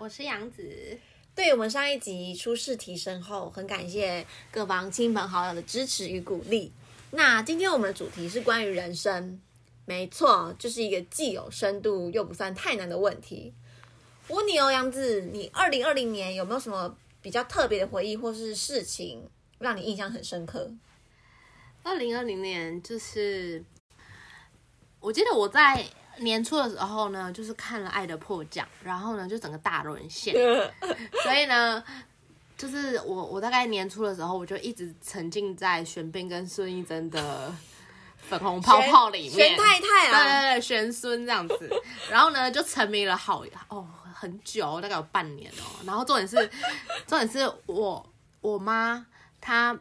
我是杨子。对我们上一集初试提升后，很感谢各方亲朋好友的支持与鼓励。那今天我们的主题是关于人生，没错，就是一个既有深度又不算太难的问题。我问你哦，杨子，你二零二零年有没有什么比较特别的回忆或是事情让你印象很深刻？二零二零年就是，我记得我在年初的时候呢，就是看了《爱的迫降》，然后呢就整个大沦陷，所以呢。就是我，我大概年初的时候，我就一直沉浸在玄彬跟孙艺珍的粉红 泡泡里面，玄太太啊，对对对，玄孙这样子，然后呢就沉迷了好哦很久，大概有半年哦。然后重点是，重点是我我妈她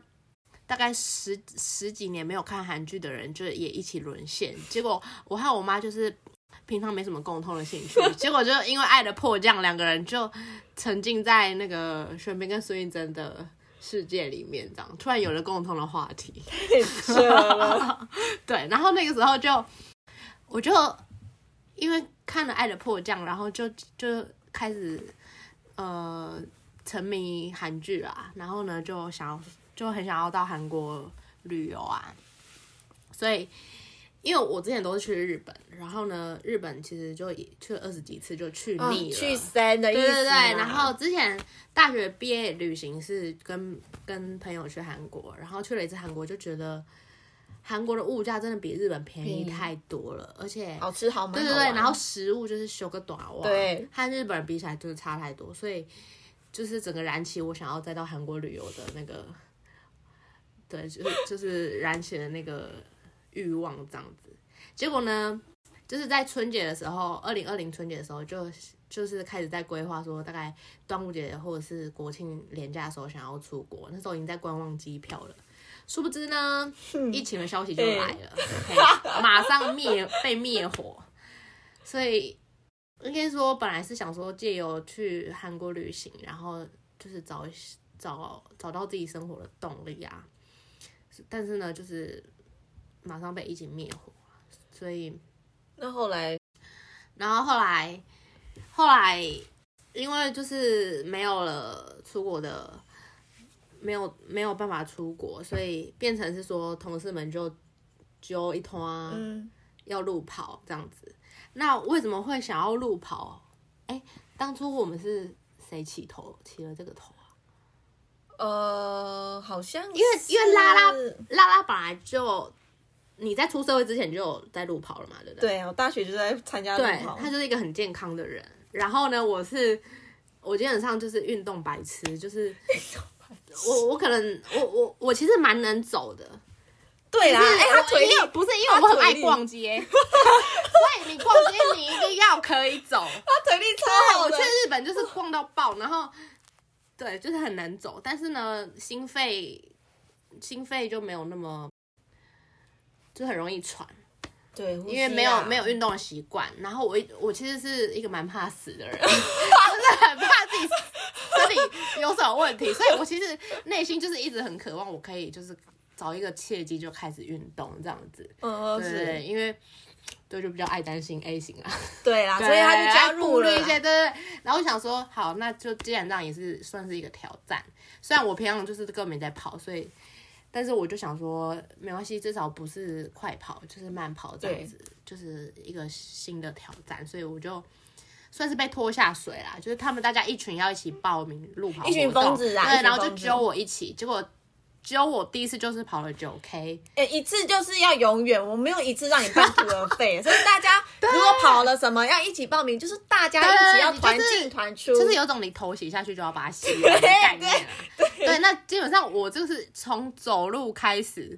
大概十十几年没有看韩剧的人，就也一起沦陷。结果我和我妈就是平常没什么共同的兴趣，结果就因为《爱的迫降》，两个人就沉浸在那个玄彬跟孙艺珍的。世界里面这样，突然有了共同的话题， 太扯 了，对，然后那个时候就，我就因为看了《爱的迫降》，然后就就开始呃沉迷韩剧啊，然后呢就想要就很想要到韩国旅游啊，所以因为我之前都是去日本，然后呢日本其实就也去了二十几次就去腻嗯了，去三的意思对啊。对对，然后之前大学毕业旅行是跟跟朋友去韩国，然后去了一次韩国，就觉得韩国的物价真的比日本便宜便宜太多了，而且好吃好买，对对好对，玩然后食物就是修个短袜，对，和日本人比起来真的差太多，所以就是整个燃起我想要再到韩国旅游的那个，对，就是就是燃起了那个欲望这样子。结果呢，就是在春节的时候，二零二零春节的时候就。就是开始在规划说，大概端午节或者是国庆连假的时候想要出国，那时候已经在观望机票了。殊不知呢，嗯疫情的消息就来了，嘿马上灭被灭火。所以应该说，本来是想说借由去韩国旅行，然后就是找一些找找到自己生活的动力啊。但是呢，就是马上被疫情灭火，所以那后来然后后来，后来因为就是没有了出国的，没有没有办法出国，所以变成是说同事们就揪一团、嗯要路跑这样子。那为什么会想要路跑？哎，当初我们是谁起头起了这个头啊？呃，好像因因为因为拉拉拉拉本来就你在出社会之前就有在路跑了嘛，对不对？对，我大学就在参加对路跑，他就是一个很健康的人。然后呢，我是我基本上就是运动白痴，就是我我可能我我我其实蛮能走的，对啦，可是哎、他我腿力因为不是因为我很爱逛街， 所以你逛街你一定要可以 走。他腿力超对，好我的去，日本就是逛到爆，然后对，就是很难走，但是呢，心肺心肺就没有那么，就很容易喘。对，啊因为没有没有运，运动的习惯，然后我一我其实是一个蛮怕死的人， 就是很怕自己身体有什么问题，所以我其实内心就是一直很渴望我可以就是找一个契机就开始运动这样子，嗯，对，是，因为对就比较爱担心 A 型啊，对啦，所以对他就加入了顾虑一些，对对对。然后我想说，好，那就既然这样也是算是一个挑战。虽然我平常就是根本没在跑，所以，但是我就想说，没关系，至少不是快跑，就是慢跑这样子，就是一个新的挑战。所以我就算是被拖下水啦，就是他们大家一群要一起报名路跑活动，一群疯子啊一对，群然后就疯子揪我一起，结果揪我第一次就是跑了九 K，哎、一次就是要永远，我没有一次让你半途而 废，所以大家如果跑了什么要一起报名，就是大家一起要对团啊就是进团出，就是有种你头洗下去就要把它洗完的概念啊。对，那基本上我就是从走路开始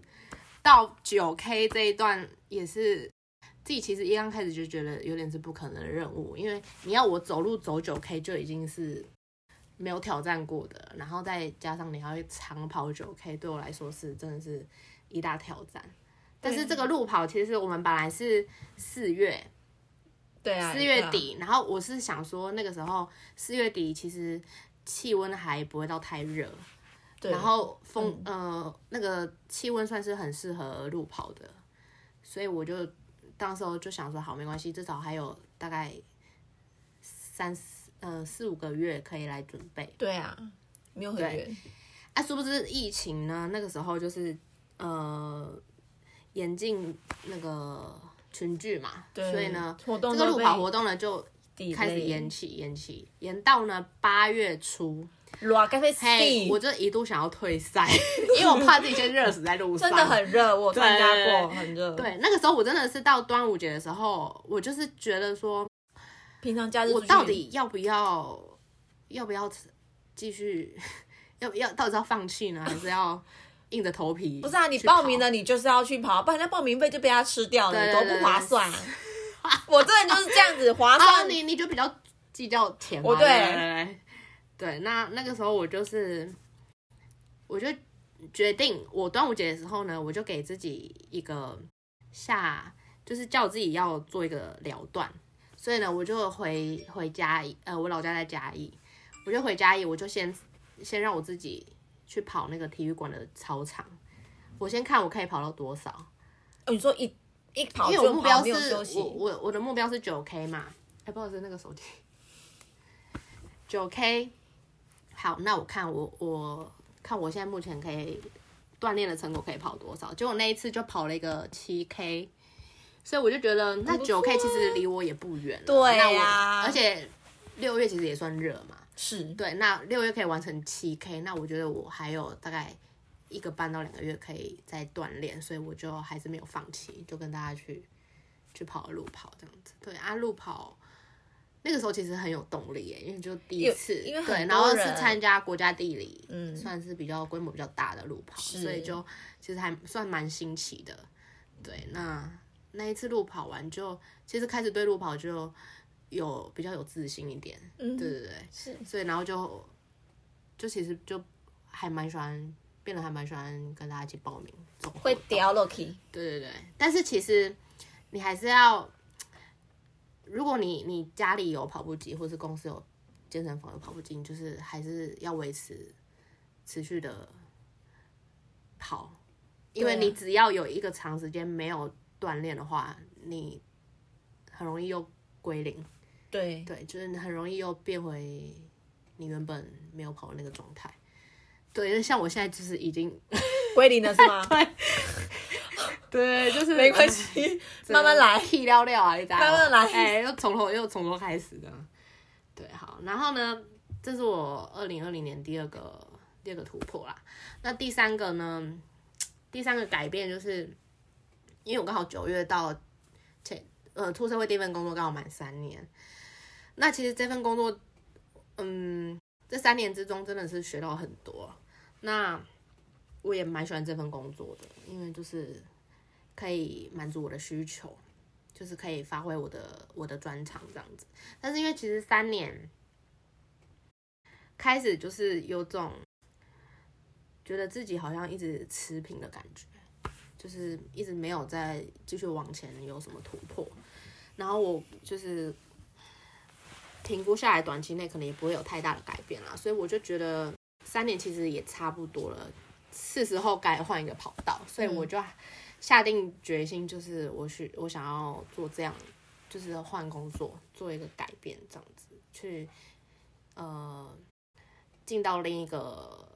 到九 K 这一段，也是自己其实一刚开始就觉得有点是不可能的任务，因为你要我走路走九 K 就已经是没有挑战过的，然后再加上你还会长跑九 K，对我来说是真的是一大挑战。但是这个路跑其实我们本来是四月，对啊，四月对啊，底，然后我是想说那个时候四月底其实气温还不会到太热，对嗯然后风、呃那个气温算是很适合路跑的，所以我就当时候就想说好没关系，至少还有大概三四呃四五个月可以来准备对啊，没有很对远，啊。殊不知疫情呢，那个时候就是呃严禁那个群聚嘛，对，所以呢，活这动个都路被跑活动呢就 delay 开始延期、延期、延到呢八月初。热咖啡嘿、我就一度想要 退赛，因为我怕自己先热死在路上。真的很热，我有参加过，对很热。，对，那个时候我真的是到端午节的时候，我就是觉得说，平常假日我出去到底要不要，要不要继续， 要不要到底是要放弃呢，还是要硬着头皮？不是啊？你报名的，了，你就是要去跑，不然那报名费就被他吃掉了，对你对多对不划算。啊 我这人就是这样子，划啊，算。你你就比较计较钱嘛。我对对对对对，那那个时候我就是，我就决定，我端午节的时候呢，我就给自己一个下，就是叫自己要做一个了断。所以呢，我就回回嘉义，呃，我老家在嘉义，我就回嘉义，我就先先让我自己去跑那个体育馆的操场，我先看我可以跑到多少。哦你说一一跑因为我就目跑，标没有休是我息，我我的目标是九 K 嘛，哎、不好意思，那个手机九 K。好，那我看我我看我现在目前可以锻炼的成果可以跑多少？结果那一次就跑了一个七 K，所以我就觉得那不错九啊 K 其实离我也不远了。对那呀我而且六月其实也算热嘛，是对，那六月可以完成七 K，那我觉得我还有大概一个半到两个月可以再锻炼，所以我就还是没有放弃，就跟大家去去跑路跑这样子。对啊，路跑那个时候其实很有动力耶，因为就第一有次，因为很多对，然后是人参加国家地理，嗯算是比较规模比较大的路跑，是所以就其实还算蛮新奇的。对，那那一次路跑完就，其实开始对路跑就有比较有自信一点，嗯对对对。是所以然后就就其实就还蛮喜欢，变得还蛮喜欢跟大家一起报名走活会动掉 Loki，对对对，但是其实你还是要，如果你你家里有跑步机，或是公司有健身房有跑步机，你就是还是要维持持续的跑，因为对啊你只要有一个长时间没有锻炼的话，你很容易又归零。对， 对，就是你很容易又变回你原本没有跑的那个状态。对，像我现在就是已经，归零了是吗？ 对，啊就是没关，系，慢慢来。屁撩撩啊，你知道吗慢慢来哎、又从头又从头开始的。对，好，然后呢，这是我二零二零年第二个第二个突破啦。那第三个呢，第三个改变就是，因为我刚好九月到前呃出社会第一份工作刚好满三年，那其实这份工作，嗯，这三年之中真的是学到很多。那我也蛮喜欢这份工作的，因为就是可以满足我的需求，就是可以发挥我的我的专长这样子。但是因为其实三年开始就是有种觉得自己好像一直持平的感觉，就是一直没有再继续往前有什么突破。然后我就是评估下来，短期内可能也不会有太大的改变啦，所以我就觉得三年其实也差不多了，是时候该换一个跑道，所以我就下定决心，就是我去我想要做这样，就是换工作，做一个改变，这样子去呃进到另一个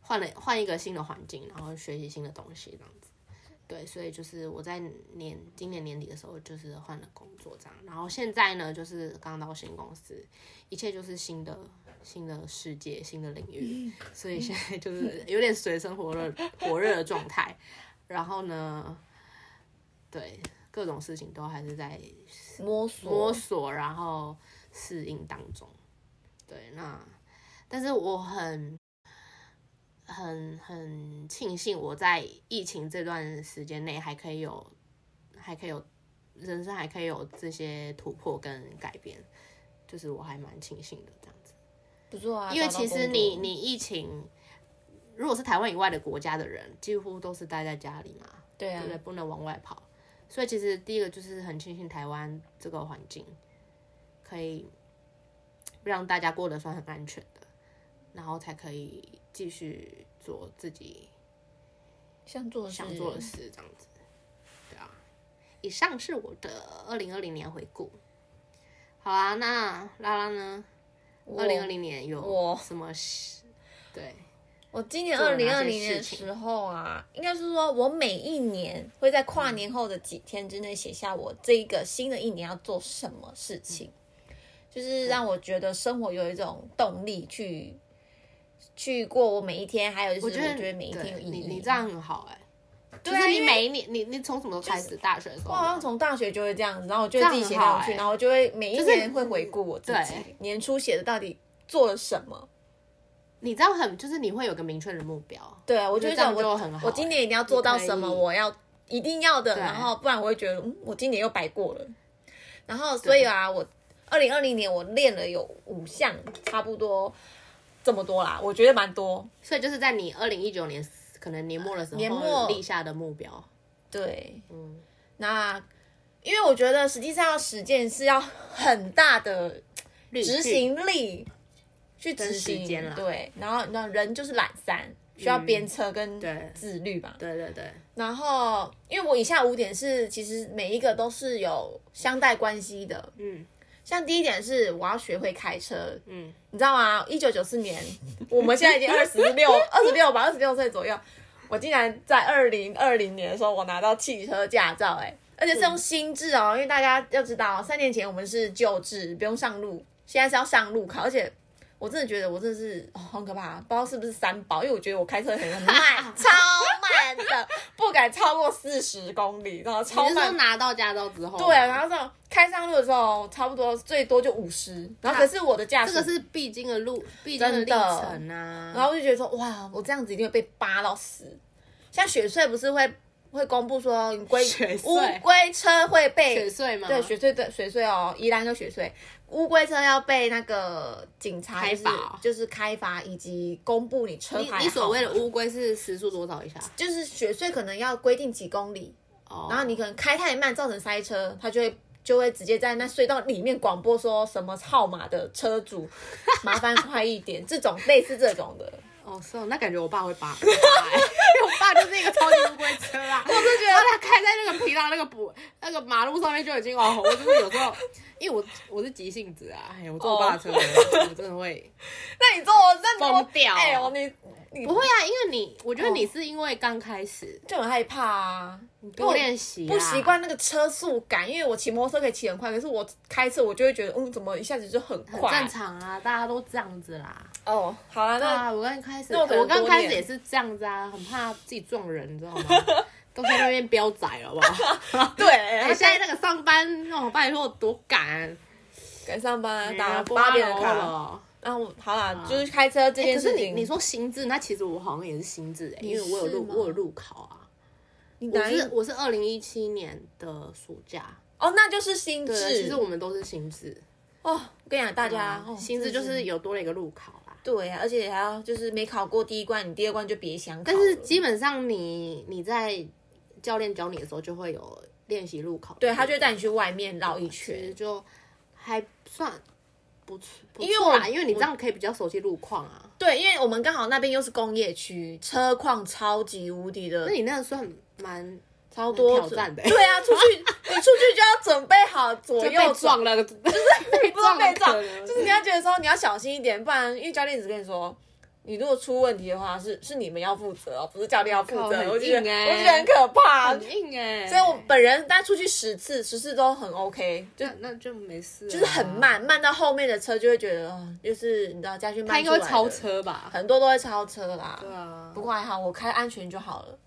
换了换一个新的环境，然后学习新的东西，这样子。对，所以就是我在年今年年底的时候，就是换了工作这样，然后现在呢，就是刚到新公司，一切就是新的新的世界、新的领域，所以现在就是有点水深火热火热的状态。然后呢，对各种事情都还是在摸索摸索，然后适应当中。对，那但是我很很很庆幸我在疫情这段时间内还可以有，还可以有人生还可以有这些突破跟改变，就是我还蛮庆幸的这样子。不错啊，因为找到其实工作你你疫情，如果是台湾以外的国家的人，几乎都是待在家里嘛，对啊对不，对？不能往外跑，所以其实第一个就是很庆幸台湾这个环境可以让大家过得算很安全的，然后才可以继续做自己想做的事想做的事，这样子。对啊，以上是我的二零二零年回顾。好啦，那拉拉呢？我二零二零年有我什么事？对，我今年做二了零哪二些零年的事情时候啊，应该是说我每一年会在跨年后的几天之内写下我这一个新的一年要做什么事嗯情，就是让我觉得生活有一种动力去去过我每一天，还有就是我觉得每一天有对意你义。你这样很好哎、对就啊，是你因为每一年，你你从什么时候开始？大学的时候我好吗像？从大学就会这样子，然后我就会这样自己写很好上去，欸然后我就会每一就是年会回顾我自己、对年初写的到底做了什么。你这样很就是你会有个明确的目标，对啊，我就觉会想得这样我就很好我今年一定要做到什么，你可以我要一定要的，对然后不然我会觉得，嗯，我今年又白过了。然后所以啊，我二零二零年我练了有五项，差不多这么多啦，我觉得蛮多。所以就是在你二零一九年可能年末的时候年末立下的目标，对，嗯，那因为我觉得实际上要实践是要很大的绿执行力去执跟行时间啦，对，然后你知道人就是懒散，需要嗯鞭策跟对自律吧，对对对，然后，因为我以下五点是其实每一个都是有相带关系的。嗯像第一点是我要学会开车，嗯，你知道吗？一九九四年，我们现在已经二十六、 二十六吧，二十六岁左右，我竟然在二零二零年的时候，我拿到汽车驾照、哎，而且是嗯用新制哦，因为大家要知道，三年前我们是旧制，不用上路，现在是要上路考，而且。我真的觉得我真的是、哦很可怕，不知道是不是三宝，因为我觉得我开车很 慢，超慢的，不敢超过四十公里，然后超你慢是说拿到驾照之后，对，啊然后这种开上路的时候，差不多最多就五十，然后可是我的驾这驶，个是必经的路，必经的历程啊。然后我就觉得说，哇，我这样子一定会被扒到死。像雪穗不是会会公布说，你龟雪穗乌龟车会被雪穗嘛，对雪穗对雪穗哦，宜兰跟雪穗乌龟车要被那个警察开就是罚哦就是开罚以及公布你车你牌你所号谓的码乌龟是时速多少以下？就是雪穗可能要规定几公里，哦，然后你可能开太慢造成塞车，他就会就会直接在那隧道里面广播说什么号码的车主，麻烦快一点，这种类似这种 的。哦是哦，那感觉我爸会扒， 因为我爸就是一个超级乌龟车啊。 我是觉得他开在那个平常那个补那个马路上面就已经哦，我就是有时候，因为我我是急性子啊，哎，我坐我爸的车，我真的会那你做我真的我疯掉哎呦你你不会啊？因为你，我觉得你是因为刚开始就很害怕啊，多练习，啊不习，惯那个车速感，因为我骑摩托车可以骑很快，可是我开车我就会觉得，嗯，怎么一下子就很很快？正常啊，大家都这样子啦。哦，好啊，对那啊，我刚开始，那我可能我刚多开始也练是这样子啊，很怕自己撞人，你知道 吗？都在那边飙仔了，好不 好？对，哎、哎现在那个上班，那我拜托我多赶，赶上班打八八点楼的卡，了。然后好啦，就是开车这哎、件可是事你情，你说心智，那其实我好像也是心智哎、你因为我有是路吗我有路考啊。你我哪一是我是二零一七年的暑假，哦，那就是心对，啊智，其实我们都是心智，哦，我跟你讲，大家、哦心智就真的啊是有多了一个路考啦。对啊，而且还要就是没考过第一关，你第二关就别想考但是了基本上你你在教练教你的时候，就会有练习路考的部分。对他就会带你去外面绕一其实圈，就还算不错，不因为错我啦因为你这样可以比较熟悉路况啊。对，因为我们刚好那边又是工业区，车况超级无敌的那，你那个算蛮超多挑战的欸对啊，出 去你出去就要准备好左就右被转，撞了， 就是被不是撞了被可撞，能，就是你要觉得说你要小心一点，不然因为教练只跟你说。你如果出问题的话，是是你们要负责哦，不是教练要负靠责。很我觉硬得、欸我觉得很可怕，很硬哎。所以我本人大概出去十次，十次都很 OK，就那那就没事，啊就是很。慢，慢到后面的车就会觉得，哦就是你知道家训他慢应出该来会的超，车吧？很多都会超车啦。对啊不，过还好，我开安全就好了。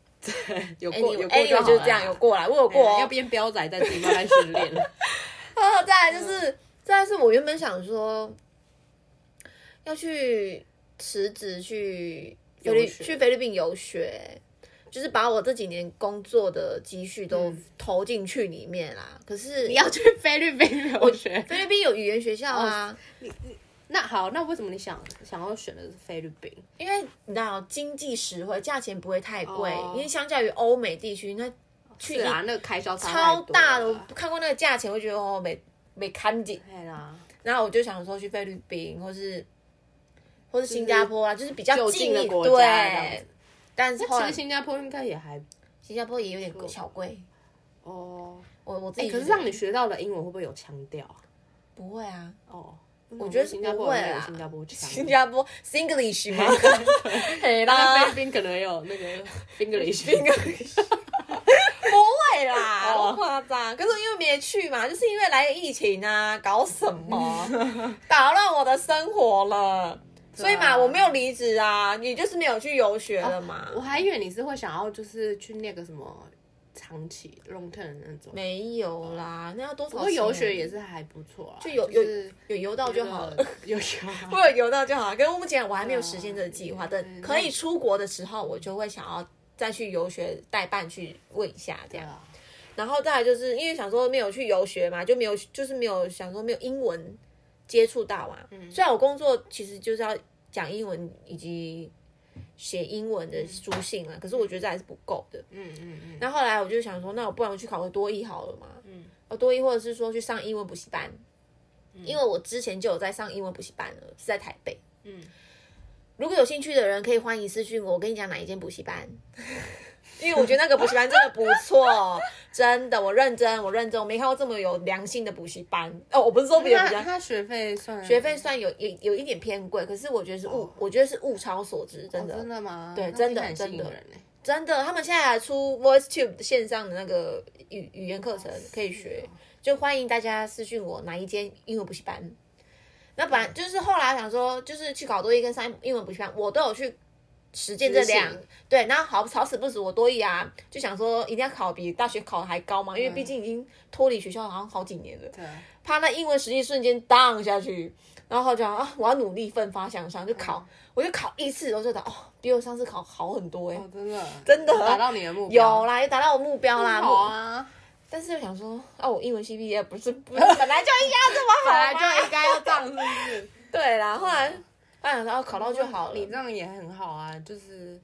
有过 anyway，有过 anyway 好就是了这样，有过来，我有过对要哦。变彪仔，再自己慢慢训 练。然后再来就是，嗯再来是我原本想说要去辞职去菲律游学去菲律宾游学。就是把我这几年工作的积蓄都投进去里面啦，可是嗯你要去菲律宾留学？菲律宾有语言学校哦啊， 那好，那为什么你想想要选的是菲律宾？因为你知道经济实惠，价钱不会太贵，哦因为相较于欧美地区，那去是啊，那个开销差超太多大的，我了啦。看过那个价钱，我觉得哦没没看紧。对啦，然后我就想说去菲律宾，或是或是新加坡啊，就是比较就近近一的国家这样对子。但是后其来实新加坡应该也还新加坡也有点小贵，哦。我我自哎、己可是觉得让你学到的英文会不会有腔调啊？不会啊，哦，我觉得是新加不坡会有那个啦新加坡腔，新加坡 Singlish 吗？嘿 那啦菲律宾可能有那个 English，不会啦，哦好夸张。可是我因为没去嘛，就是因为来个疫情啊，搞什么， 打乱我的生活了。所以嘛，我没有离职啊，你就是没有去游学了嘛。我还以为你是会想要就是去那个什么长期 long term 的那种，没有啦，那要多少不钱？过游学也是还不错啊，就有就有是有游到就好了。 有有我有游到就好，跟目前我还没有实现这个计划。对啊等嗯可以出国的时候，我就会想要再去游学代办去问一下这样。啊，然后再来就是因为想说没有去游学嘛，就没有就是没有想说没有英文接触到嘛。虽然我工作其实就是要讲英文以及写英文的书信啊，可是我觉得这还是不够的。嗯嗯嗯，那后来我就想说，那我不然我去考个多艺好了嘛。嗯，哦，多艺或者是说去上英文补习班，因为我之前就有在上英文补习班了，是在台北。嗯，如果有兴趣的人可以欢迎私讯我，我跟你讲哪一间补习班， 因为我觉得那个补习班真的不错， 真的，我认真，我认真，我没看过这么有良心的补习班。哦，我不是说别人那家。他学费算学费算有有有一点偏贵，可是我觉得是物，我觉得是物超所值，哦真的。哦真的吗？对那真的听起来很真的吸引人欸真的，他们现在还出 VoiceTube 线上的那个语语言课程可以学，哦就欢迎大家私讯我哪一间英文补习班。那本来就是后来想说，就是去考多一跟上英文补习班，我都有去实践这两执行对，然后好好死不死我多一啊，就想说一定要考比大学考的还高嘛，因为毕竟已经脱离学校好像好几年了，嗯对啊，怕那英文实力瞬间 down 下去，然后讲啊我要努力奋发向上，就考，我就考一次，我就觉得哦比我上次考好很多哎、嗯哦，真真的的达到你的目标有啦，也达到我目标啦。好 啊，但是我想说，啊，我英文 C B 也不是，不是本来就应该这么好本吗来就应该要这样，是不是？ 对啦。后来，后来想说，哦，考到就好你了这，样也很好啊，就是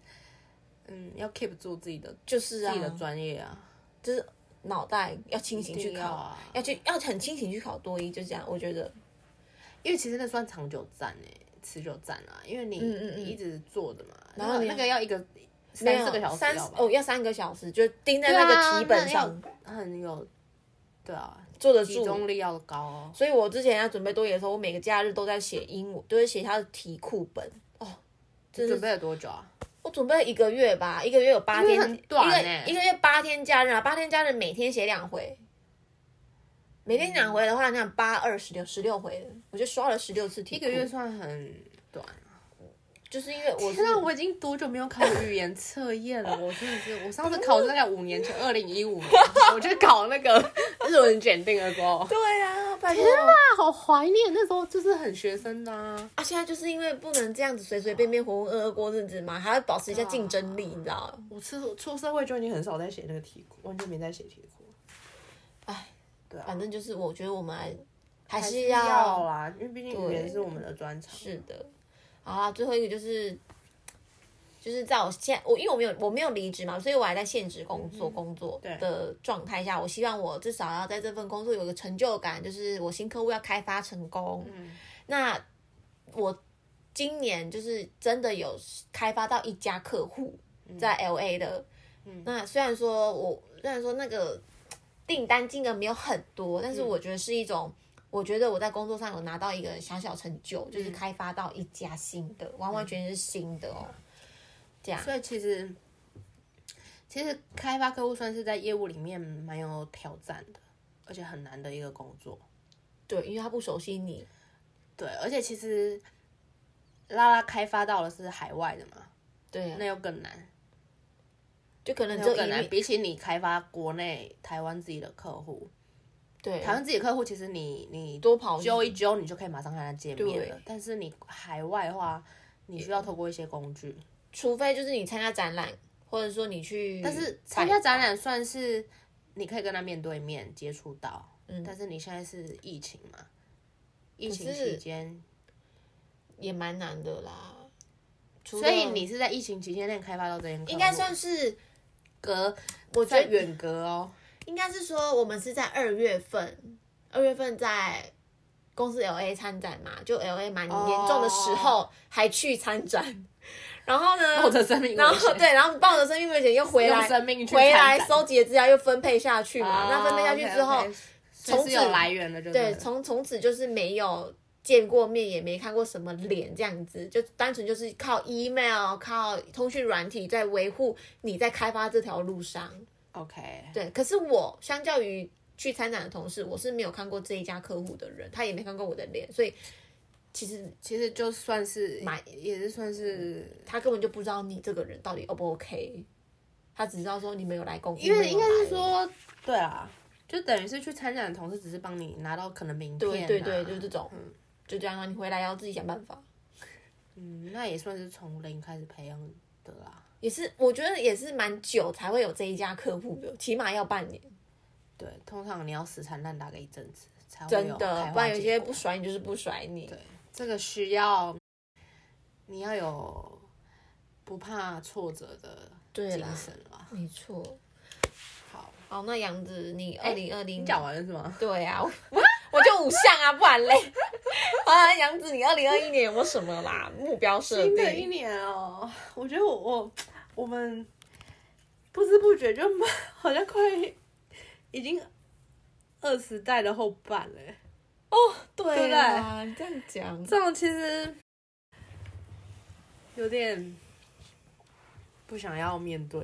嗯，要 keep 住自己的就是自啊己，的专业啊，就是脑袋要清醒去一定要考啊，要去要很清醒去考多一，就这样。我觉得因为其实那算长久战诶、持久战啊，因为你嗯嗯嗯你一直坐着嘛，然后那个你那个要一个没三有四个小时三要吧，哦，要三个小时，就盯在对啊那个题本上，那要很有对啊，坐得集住。中力要高哦。所以我之前要准备多一的时候，我每个假日都在写英文，都在写他的题库本。哦，真是准备了多久啊？我准备了一个月吧，一个月有八因为天，很短欸一个一个月八天假日啊，八天假日每天写两回，每天两回的话，那样八二十六十六回了，我就刷了十六次题一库个月，算很短。就是因为我是天啊，我已经多久没有考语言测验 了？我真的是，我上次考是大概五年前，二零一五年， 我去考那个 日文检定的时候。对啊，拜托啊，好怀念那时候，就是很学生的啊。啊！现在就是因为不能这样子随随便便浑浑噩噩过日子嘛，还要保持一啊下竞争力，你知道吗？我出出社会就已经很少在写那个题库，完全没在写题库。哎，对啊，反正就是我觉得我们还还还是要要啦，因为毕竟语言是我们的专长。是的，好啦，最后一个就是，就是在我现我因为我没有我没有离职嘛，所以我还在现职工作工作的状态下，我希望我至少要在这份工作有个成就感，就是我新客户要开发成功。嗯那我今年就是真的有开发到一家客户在 L A 的，那虽然说我虽然说那个订单金额没有很多，但是我觉得是一种，我觉得我在工作上有拿到一个小小成就，就是开发到一家新的，完完全全是新的哦。这样，所以其实，其实开发客户算是在业务里面蛮有挑战的，而且很难的一个工作。对，因为他不熟悉你，对，而且其实拉拉开发到的是海外的嘛，对啊，那又更难，就可能那只又有更一难。面，比起你开发国内台湾自己的客户，对，台湾自己的客户其实你你多跑一揪一揪，你就可以马上跟他见面了对。但是你海外的话，你需要透过一些工具。除非就是你参加展览，或者说你去，但是嗯参加展览算是你可以跟他面对面接触到，但是你现在是疫情嘛，疫嗯情可是期间，也蛮难的啦。除所以了你是在疫情期间内开发到这间客户，应该算是隔，我觉在得远隔哦。应该是说我们是在二月份，二月份在公司 L A 参展嘛，就 L A 蛮严重的时候还去参展，然后呢，抱着生命嗯危险然后对，然后抱着生命危险又回来，用生命去回参展来收集的资料又分配下去嘛，哦那分配下去之后 OK，OK，这从是此有来源的，就对，了从从此就是没有见过面，也没看过什么脸，这样子就单纯就是靠 email、靠通讯软体在维护你在开发这条路上。 OK，对，可是我相较于去参展的同事，我是没有看过这一家客户的人，他也没看过我的脸，所以其实其实就算是买嗯也是算是，他根本就不知道你这个人到底 O 不 OK，他只知道说你们有来公司，因为没有应该是来说，对啊，就等于是去参展的同事只是帮你拿到可能名片、对啊，对对，就是这种，嗯就这样啊，你回来要自己想办法。嗯，那也算是从零开始培养的啦。也是，我觉得也是蛮久才会有这一家客户的，起码要半年，对，通常你要死缠烂打个一阵子才会真哦有开的，花不然有结些果不甩你就是不甩你对。这个需要你要有不怕挫折的对精啦，神啦。没错。好，好，那杨子，你二零二零哎你讲完了是吗？对啊，我 我就五项啊，不然嘞。 啊，杨子，你二零二一年有没有什么啦目标设新的一定？年哦，我觉得我我我们不知不觉就 好像快已经二十代的后半了。对啊，你这样讲，这种其实有点不想要面对，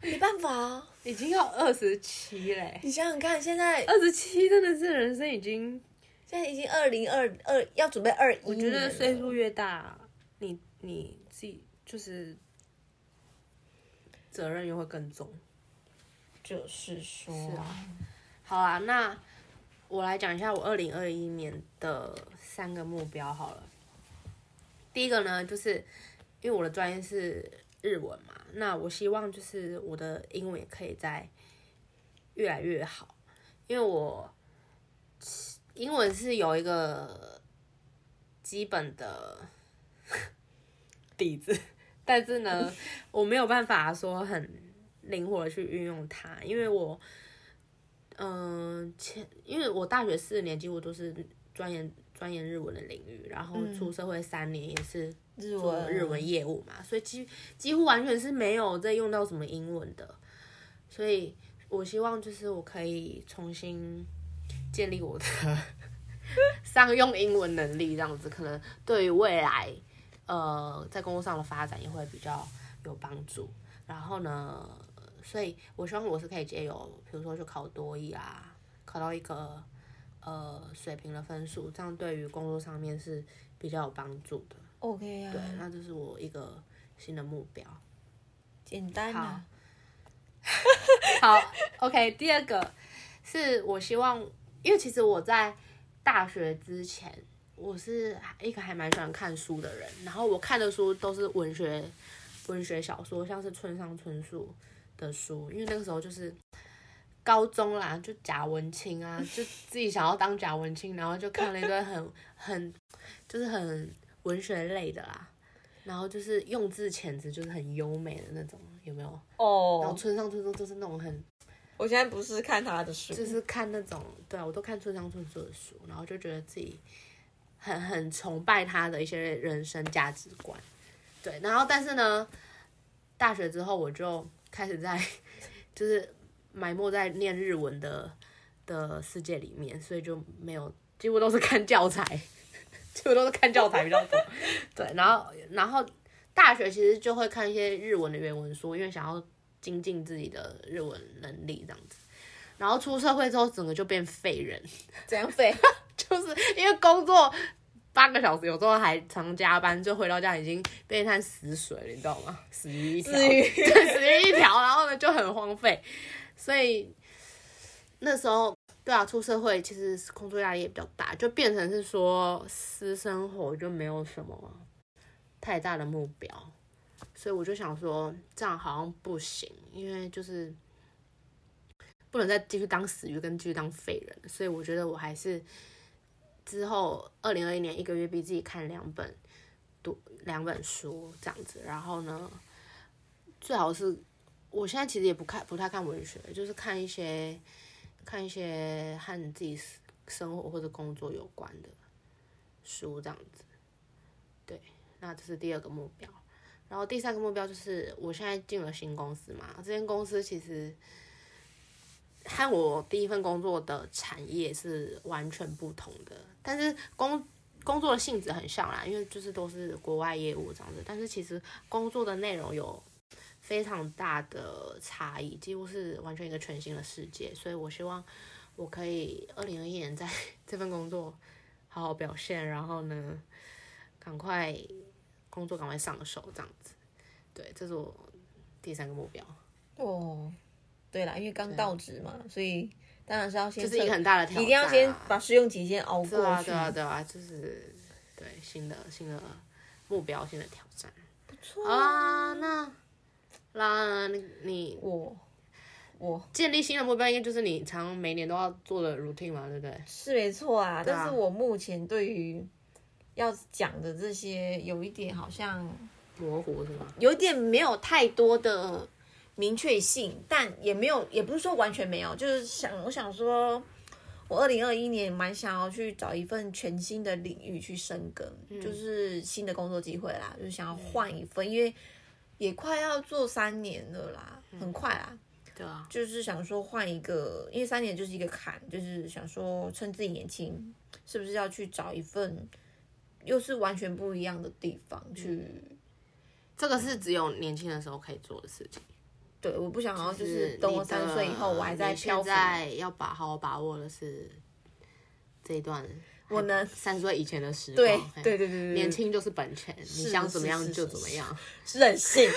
没办法啊。已经要二十七嘞，你想想看，现在二十七真的是人生已经，现在已经二零二二，要准备二一，我觉得岁数越大，你你自己就是责任又会更重。就是说，是啊好啊，那我来讲一下我二零二一年的三个目标好了。第一个呢，就是因为我的专业是日文嘛，那我希望就是我的英文也可以再越来越好，因为我英文是有一个基本的 底子，但是呢，我没有办法说很灵活的去运用它，因为我。嗯，前因为我大学四年几乎都是钻研钻研日文的领域，然后出社会三年也是日做文日文业务嘛，所以几几乎完全是没有在用到什么英文的，所以我希望就是我可以重新建立我的 商用英文能力，这样子可能对于未来呃在工作上的发展也会比较有帮助。然后呢，所以我希望我是可以借由，比如说去考多益啊，考到一个呃水平的分数，这样对于工作上面是比较有帮助的。 OK 对，啊，那这是我一个新的目标。简单好啊， 好，OK，第二个是我希望，因为其实我在大学之前，我是一个还蛮喜欢看书的人，然后我看的书都是文学文学小说，像是村上春树的书，因为那个时候就是。高中啦，就贾文清啊，就自己想要当贾文清，然后就看了一堆很 很就是很文学类的啦，然后就是用字遣词就是很优美的那种，有没有？然后哦，村上春树就是那种很我现在不是看他的书，就是看那种，对啊我都看村上春树的书，然后就觉得自己很很崇拜他的一些人生价值观。对，然后但是呢，大学之后我就开始在 就是埋没在念日文的的世界里面，所以就没有几乎都是看教材， 几乎都是看教材比较多。对，然后然后大学其实就会看一些日文的原文书，因为想要精进自己的日文能力这样子。然后出社会之后，整个就变废人，怎样废？就是因为工作八个小时，有时候还常加班，就回到家已经变一滩死水了，你知道吗？死鱼一条，至于 对，死鱼一条，然后呢就很荒废，所以那时候对啊，出社会其实工作压力也比较大，就变成是说私生活就没有什么太大的目标，所以我就想说这样好像不行，因为就是不能再继续当死鱼跟继续当废人，所以我觉得我还是之后二零二一年一个月逼自己看两本读两本书这样子，然后呢，最好是我现在其实也不看不太看文学，就是看一些看一些和你自己生活或者工作有关的书这样子。对，那这是第二个目标。然后第三个目标就是，我现在进了新公司嘛，这间公司其实和我第一份工作的产业是完全不同的，但是工工作的性质很像啦，因为就是都是国外业务这样子，但是其实工作的内容有非常大的差异，几乎是完全一个全新的世界，所以我希望我可以二零二一年在 这份工作好好表现，然后呢，赶快工作赶快上手这样子，对，这是我第三个目标， 哦，对啦，因为刚到职嘛，所以当然是要先这测，是一个很大的挑战、啊，一定要先把试用期先熬过去。对啊，对啊，对啊，就是对新的新的目标、新的挑战。不错啊好啦，那啦，你你我我建立新的目标，应该就是你常每年都要做的 routine 嘛，对不对？是没错啊，对啊但是我目前对于要讲的这些有一点好像模糊是吗？有一点没有太多的明确性，但也没有，也不是说完全没有，就是想我想说，我二零二一年蛮想要去找一份全新的领域去深耕，就是新的工作机会啦，就是想要换一份，因为也快要做三年了啦，很快啦，对啊，就是想说换一个，因为三年就是一个坎，就是想说趁自己年轻，是不是要去找一份又是完全不一样的地方去。这个是只有年轻的时候可以做的事情。对，我不想要就就是是等我你的三岁以后，我还在你漂现浮。在要把好好把握的是这一 段，我能三十岁以前的时光。对嘿对对对对，年轻就是本钱，你是想怎么是样是就是怎么是样。是任 性。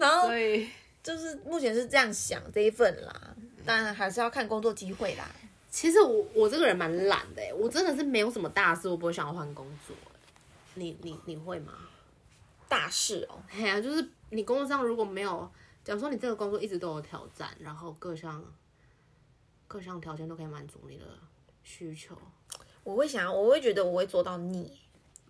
然后所以。就是目前是这样想这一份啦，嗯当然还是要看工作机会啦。其实我我这个人蛮懒的欸，我真的是没有什么大事，我不会想要换工作欸。你你你会吗？大事哦，哎呀、就是你工作上如果没有，假如说你这个工作一直都有挑战，然后各项各项条件都可以满足你的需求，我会想要，我会觉得我会做到腻，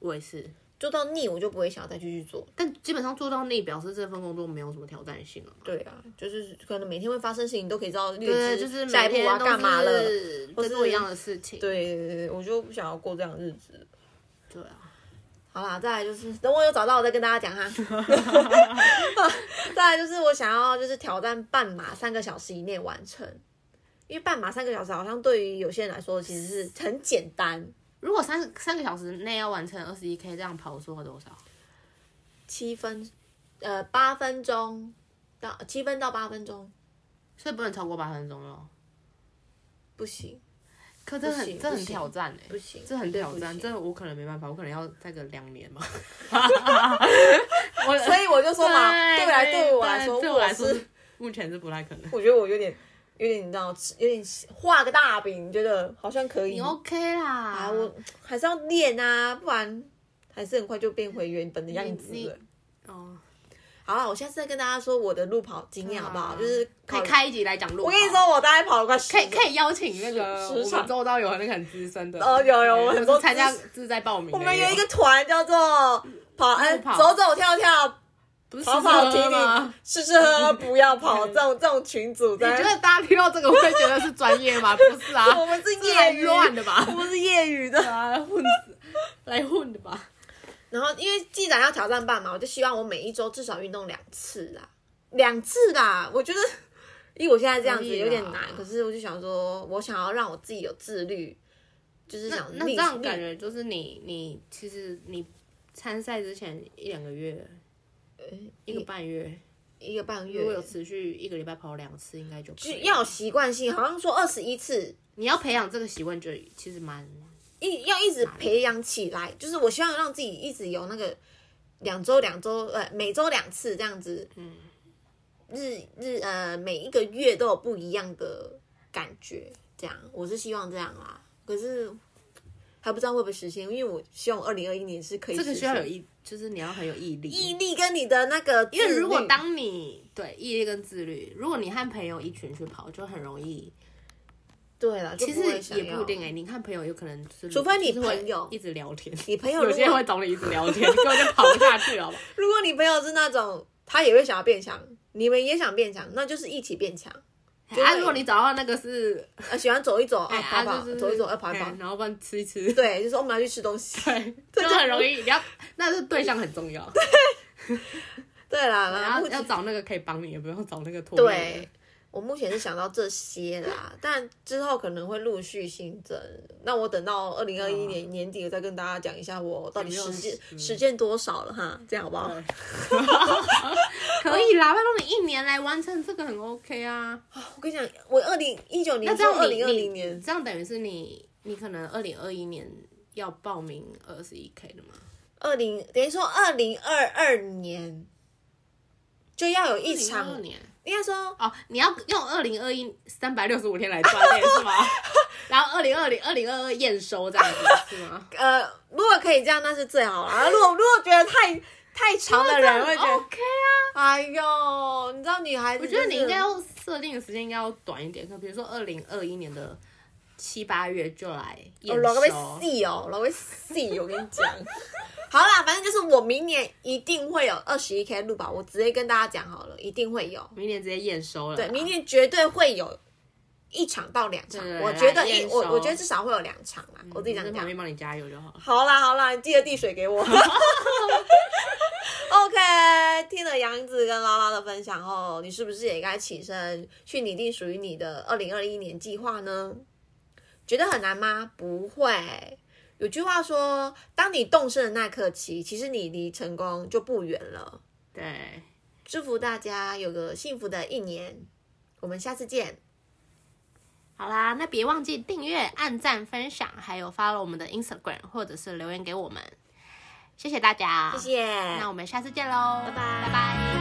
我也是。做到腻我就不会想要再继续做。但基本上做到那，表示这份工作没有什么挑战性了嘛。对啊，就是可能每天会发生事情，你都可以知道略对，知就是下每一步我天要都干嘛了。是或在是做一样的事情。对对对对，我就不想要过这样的日子。对啊，好啦，再来就是等我有找到，我再跟大家讲哈。 再来就是我想要就是挑战半马三个小时以内完成，因为半马三个小时好像对于有些人来说其实是很简单，如果三三个小时内要完成二十一 K，这样跑速要多少？七分呃八分钟到七分到八分钟所以不能超过八分钟咯。不行可这不很行这不很行挑战哎、不行，这很绝对挑不战，行这我可能没办法，我可能要再个两年 吧。所以我就说嘛，对我来对我来对说，对我来说是是目前是不太可能。我觉得我有点有点你知道有点画个大饼，觉得好像可以你 OK 啦，啊，我还是要练啊，不然还是很快就变回原本的样子你了你。哦，好了，我下次再跟大家说我的路跑经验好不好？就是啊可跑以。开一集来讲路。我跟你，说，我大概跑了快十可以可以邀请那个时我们常周遭有那个很资深的，哦有有对我很就是多参加资自在报名的我也。们有一个团叫做跑，嗯，跑走走跳跳，不是跑跑试车停停吗？，吃吃喝喝不要 跑，这种这种群组你觉在，得大家听到这个会觉得是专业吗？不是啊， 我们是是来业余乱的吧 我？们是业余的。啊，混子来混的吧？然后因为既然要挑战半马，我就希望我每一周至少运动两次啦，两次啦。我觉得，因为我现在这样子可以啦有点难，可是我就想说，我想要让我自己有自律，就是想那立这样立感觉就是你你其实你参赛之前一两个月，一个半月，一个半月如果有持续一个礼拜跑两次，应该就可就以要有习惯性，好像说二十一次，你要培养这个习惯，就其实蛮一要一直培养起来。就是我希望让自己一直有那个两周两周，呃，每周两次这样子，嗯，日日呃每一个月都有不一样的感觉，这样我是希望这样啦。可是还不知道会不会实现，因为我希望二零二一年是可以这个实需要现有毅，就是你要很有毅力。毅力跟你的那个自律，因为如果当你对毅力跟自律，如果你和朋友一群去跑，就很容易。对了，就其不会实想也不一要定哎、你看朋友有可能就是，除非你就是会朋友一直聊天，你朋友有如些人果会找你一直聊 天，根本就跑不下去， 好不好？如果你朋友是那种他也会想要变强，你们也想变强，那就是一起变强。就啊，会如果你找到那个是呃，喜欢走一走，哎啊，啊跑跑，就是走一走，要跑一跑哎，然后不然吃一 吃，对，就是我们要去吃东西。 对，就就很容易。你要， 那是对象很重要，对啦，然然后后要找那个可以帮你，也不用找那个拖累对的。，我目前是想到这些啦，但之后可能会陆续新增。那我等到二零二一年年底，我再跟大家讲一下我到底哦有实没有践嗯实践多少了哈，这样好不好？可以啦，拜托你一年来完成这个很 OK 啊。我跟你讲，我二零一九年那这到样二你零二零你年，这样等于是你你可能二零二一年要报名二十一 K 的嘛？二零等于说二零二二年就要有一2022场，年应该说哦，你要用二零二一三百六十五天来锻炼 是吗？然后二零二零二零二二验收这样子是吗？呃，如果可以这样，那是最好啦。如果如果觉得太太长的人会觉得， OK 啊。哎呦，你知道女孩子、我就是，哦觉得你应该要设定的时间应该要短一点，可比如说二零二一年的七八月就来验老收。被细哦，老被细，我跟你讲。 好啦，反正就是我明年一定会有二十一 K 路跑，我直接跟大家讲好了，一定会有。明年直接验收了啦。对，明年绝对会有一场到两场，对对对我觉得来一验我收我觉得至少会有两场啦，我自己我嗯在讲旁讲边。帮你加油就好了。好啦好啦，你记得递水给我。OK，听了杨子跟拉拉的分享后，你是不是也该起身去拟定属于你的二零二一年计划呢？觉得很难吗？不会。有句话说，当你动身的那刻起，其实你离成功就不远了。对，祝福大家有个幸福的一年，我们下次见。好啦，那别忘记订阅、按赞、分享，还有 follow 我们的 Instagram，或者是留言给我们。谢谢大家，谢。谢。那我们下次见喽，拜拜拜拜。